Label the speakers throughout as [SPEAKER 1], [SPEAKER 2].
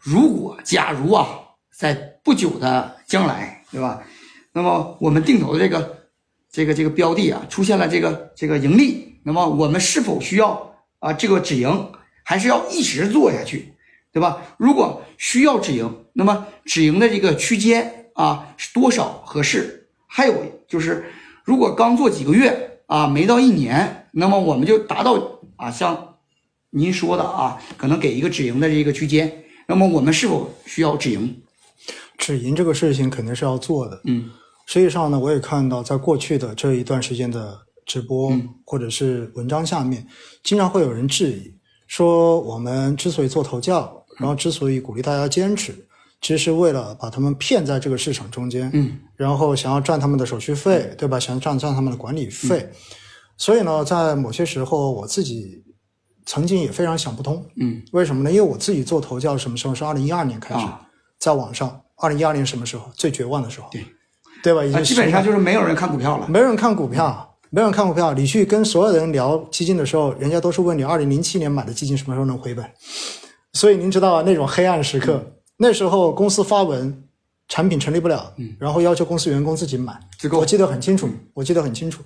[SPEAKER 1] 如果假如啊，在不久的将来，对吧？那么我们定投的这个这个这个标的啊，出现了这个这个盈利，那么我们是否需要啊这个止盈，还是要一直做下去，对吧？如果需要止盈，那么止盈的这个区间啊是多少合适？还有就是，如果刚做几个月啊，没到一年，那么我们就达到啊像您说的啊，可能给一个止盈的这个区间，那么我们是否需要止盈？
[SPEAKER 2] 止盈这个事情肯定是要做的。
[SPEAKER 1] 嗯
[SPEAKER 2] 实际上呢，我也看到，在过去的这一段时间的直播、
[SPEAKER 1] 嗯
[SPEAKER 2] 或者是文章下面，经常会有人质疑说，我们之所以做投教，
[SPEAKER 1] 嗯
[SPEAKER 2] 然后之所以鼓励大家坚持，其实是为了把他们骗在这个市场中间，
[SPEAKER 1] 嗯，
[SPEAKER 2] 然后想要赚他们的手续费，对吧？想要赚赚他们的管
[SPEAKER 1] 嗯
[SPEAKER 2] 理费。所以呢，在某些时候，我自己曾经也非常想不通，
[SPEAKER 1] 嗯
[SPEAKER 2] 为什么呢？因为我自己做投教什么时候是二零一二年开始，
[SPEAKER 1] 啊
[SPEAKER 2] 在网上，二零一二年什么时候最绝望的时候？
[SPEAKER 1] 对，
[SPEAKER 2] 对吧？已
[SPEAKER 1] 啊，
[SPEAKER 2] 经
[SPEAKER 1] 基本
[SPEAKER 2] 十
[SPEAKER 1] 上就是没有人看股票了。
[SPEAKER 2] 没人看股票，没人看股票。你去跟所有人聊基金的时候，人家都是问你二零零七年买的基金什么时候能回本。所以您知道那种黑暗时刻，
[SPEAKER 1] 嗯
[SPEAKER 2] 那时候公司发文，产品成立不了，然后要求公司员工自己买
[SPEAKER 1] 嗯自，购嗯
[SPEAKER 2] 我记得很清楚，我记得很清楚。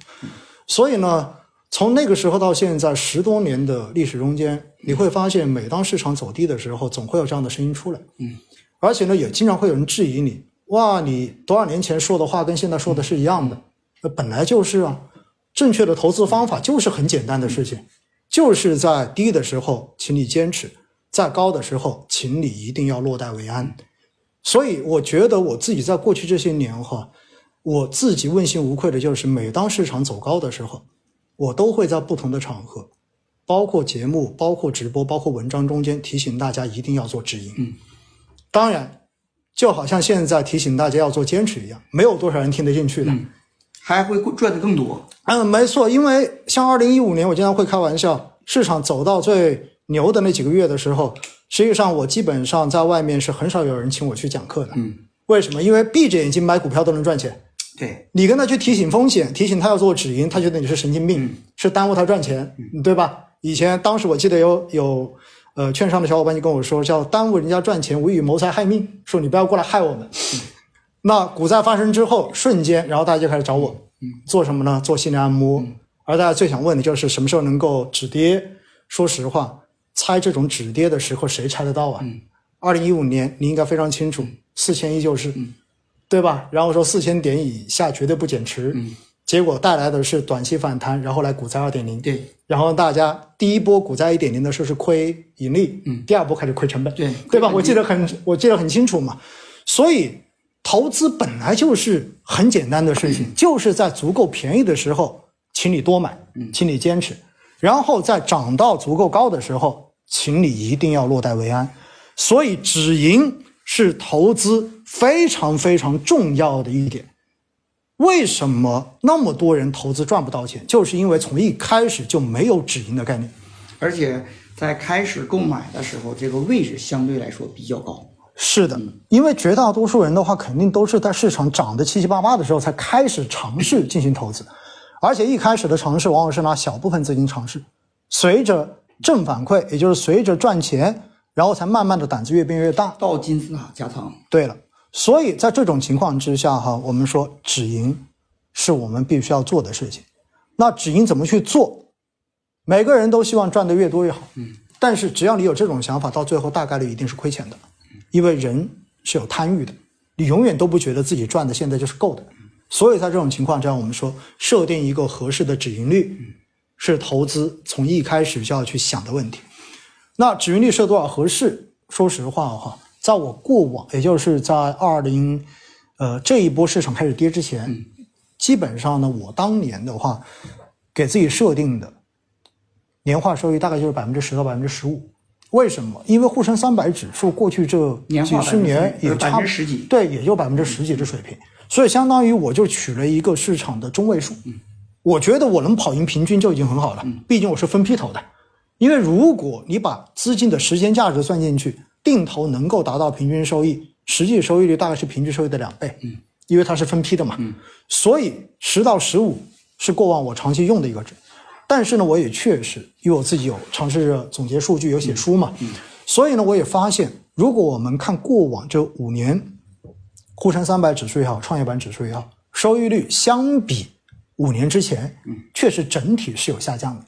[SPEAKER 2] 所以呢，从那个时候到现在十多年的历史中
[SPEAKER 1] 嗯
[SPEAKER 2] 间，你会发现，每当市场走低的时候，总会有这样的声音出来。
[SPEAKER 1] 嗯
[SPEAKER 2] 而且呢，也经常会有人质疑你，哇，你多少年前说的话跟现在说的是一样的，那本来就是啊，正确的投资方法就是很简单的事情，就是在低的时候请你坚持，在高的时候请你一定要落袋为安。所以我觉得我自己在过去这些年哈，我自己问心无愧的就是，每当市场走高的时候，我都会在不同的场合，包括节目、包括直播、包括文章中间提醒大家一定要做止盈。当然，就好像现在提醒大家要做坚持一样，没有多少人听得进去的。嗯，
[SPEAKER 1] 还会赚的更多。
[SPEAKER 2] 没错，因为像二零一五年，我经常会开玩笑，市场走到最牛的那几个月的时候，实际上我基本上在外面是很少有人请我去讲课的。
[SPEAKER 1] 嗯，
[SPEAKER 2] 为什么？因为闭着眼睛买股票都能赚钱。
[SPEAKER 1] 对，
[SPEAKER 2] 你跟他去提醒风险，提醒他要做止盈，他觉得你是神经病，是耽误他赚钱，对吧？以前当时我记得有有呃券商的小伙伴就跟我说，叫耽误人家赚钱，无以谋财害命，说你不要过来害我们。那股灾发生之后，瞬间，然后大家就开始找我，做什么呢？做心理按摩。而大家最想问的就是什么时候能够止跌？说实话，猜这种止跌的时候谁猜得到啊？二零一五年你应该非常清楚，四千依旧是，对吧？然后说四千点以下绝对不减持，结果带来的是短期反弹，然后来股灾二点零，
[SPEAKER 1] 对，
[SPEAKER 2] 然后大家第一波股灾一点零的时候是亏盈利，第二波开始亏成本，
[SPEAKER 1] 对
[SPEAKER 2] 对吧？
[SPEAKER 1] 亏本
[SPEAKER 2] 我记得很，我记得很清楚嘛。所以投资本来就是很简单的事情，就是在足够便宜的时候，请你多买，请你坚持，然后在涨到足够高的时候，请你一定要落袋为安。所以止盈是投资非常非常重要的一点。为什么那么多人投资赚不到钱？就是因为从一开始就没有止盈的概念。
[SPEAKER 1] 而且在开始购买的时候，这个位置相对来说比较高。
[SPEAKER 2] 是的，因为绝大多数人的话，肯定都是在市场涨得七七八八的时候才开始尝试进行投资，而且一开始的尝试往往是拿小部分资金尝试，随着正反馈，也就是随着赚钱，然后才慢慢的胆子越变越大。
[SPEAKER 1] 到金字塔加仓，
[SPEAKER 2] 对了，所以在这种情况之下哈，我们说止盈是我们必须要做的事情。那止盈怎么去做？每个人都希望赚得越多越好，嗯，但是只要你有这种想法，到最后大概率一定是亏钱的，因为人是有贪欲的，你永远都不觉得自己赚的现在就是够的。所以在这种情况之下，我们说设定一个合适的止盈率，是投资从一开始就要去想的问题。那止盈率设多少合适？说实话哈，在我过往，也就是在二零，呃这一波市场开始跌之前，
[SPEAKER 1] 嗯
[SPEAKER 2] 基本上呢，我当年的话，给自己设定的年化收益大概就是百分之十到百分之十五。为什么？因为沪深三百指数过去这
[SPEAKER 1] 年化
[SPEAKER 2] 几十年也差
[SPEAKER 1] 百分之十几
[SPEAKER 2] 对，也就百分之十几的水平，所以相当于我就取了一个市场的中位数。我觉得我能跑赢平均就已经很好了，毕竟我是分批投的。因为如果你把资金的时间价值算进去，定投能够达到平均收益，实际收益率大概是平均收益的两倍。嗯，因为它是分批的嘛。嗯，所以十到十五是过往我长期用的一个值。但是呢，我也确实，因为我自己有尝试着总结数据，有写书嘛，所以呢，我也发现如果我们看过往这五年，沪深三百指数也好，创业板指数也好，收益率相比五年之前，确实整体是有下降的。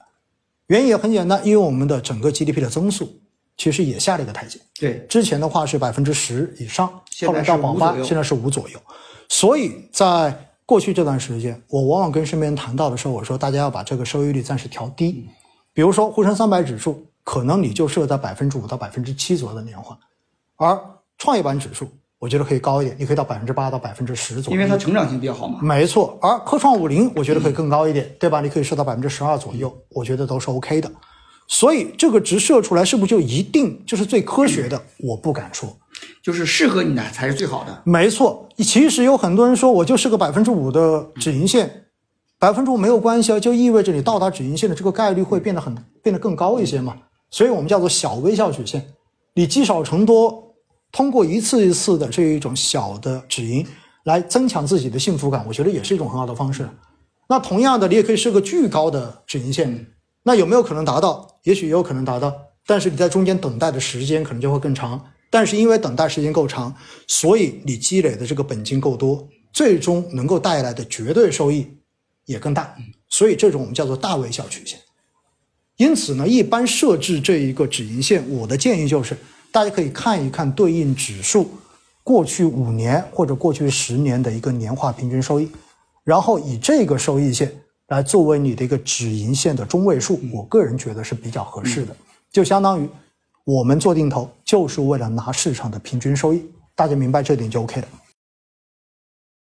[SPEAKER 2] 原因也很简单，因为我们的整个 GDP 的增速其实也下了一个台阶。
[SPEAKER 1] 对，
[SPEAKER 2] 之前的话是百分之十以上，
[SPEAKER 1] 现
[SPEAKER 2] 后
[SPEAKER 1] 在
[SPEAKER 2] 来
[SPEAKER 1] 是
[SPEAKER 2] 到爆
[SPEAKER 1] 5左
[SPEAKER 2] 发，
[SPEAKER 1] 右
[SPEAKER 2] 现在是五左右。所以在过去这段时间，我往往跟身边人谈到的时候，我说大家要把这个收益率暂时调低。比如说沪深三百指数，可能你就设在百分之五到百分之七左右的年化，而创业板指数，我觉得可以高一点，你可以到百分之八到百分之十左
[SPEAKER 1] 因
[SPEAKER 2] 右。
[SPEAKER 1] 为它成长性比较好嘛。
[SPEAKER 2] 没错，而科创五零我觉得可以更高一点，对吧？你可以设到百分之十二左右，我觉得都是 OK 的。所以这个值设出来是不是就一定就是最科学的？我不敢说。
[SPEAKER 1] 就是适合你的才是最好的。
[SPEAKER 2] 没错，其实有很多人说我就是个百分之五的止盈线，百分之五没有关系啊，就意味着你到达止盈线的这个概率会变得很变得更高一些嘛。所以我们叫做小微笑曲线，你积少成多，通过一次一次的这一种小的止盈来增强自己的幸福感，我觉得也是一种很好的方式。那同样的，你也可以设个巨高的止盈线，那有没有可能达到？也许也有可能达到，但是你在中间等待的时间可能就会更长。但是因为等待时间够长，所以你积累的这个本金够多，最终能够带来的绝对收益也更大。所以这种我们叫做大微笑曲线。因此呢，一般设置这一个止盈线，我的建议就是大家可以看一看对应指数过去五年或者过去十年的一个年化平均收益，然后以这个收益线来作为你的一个止盈线的中位数，我个人觉得是比较合适的，就相当于我们做定投就是为了拿市场的平均收益，大家明白这点就 OK 了。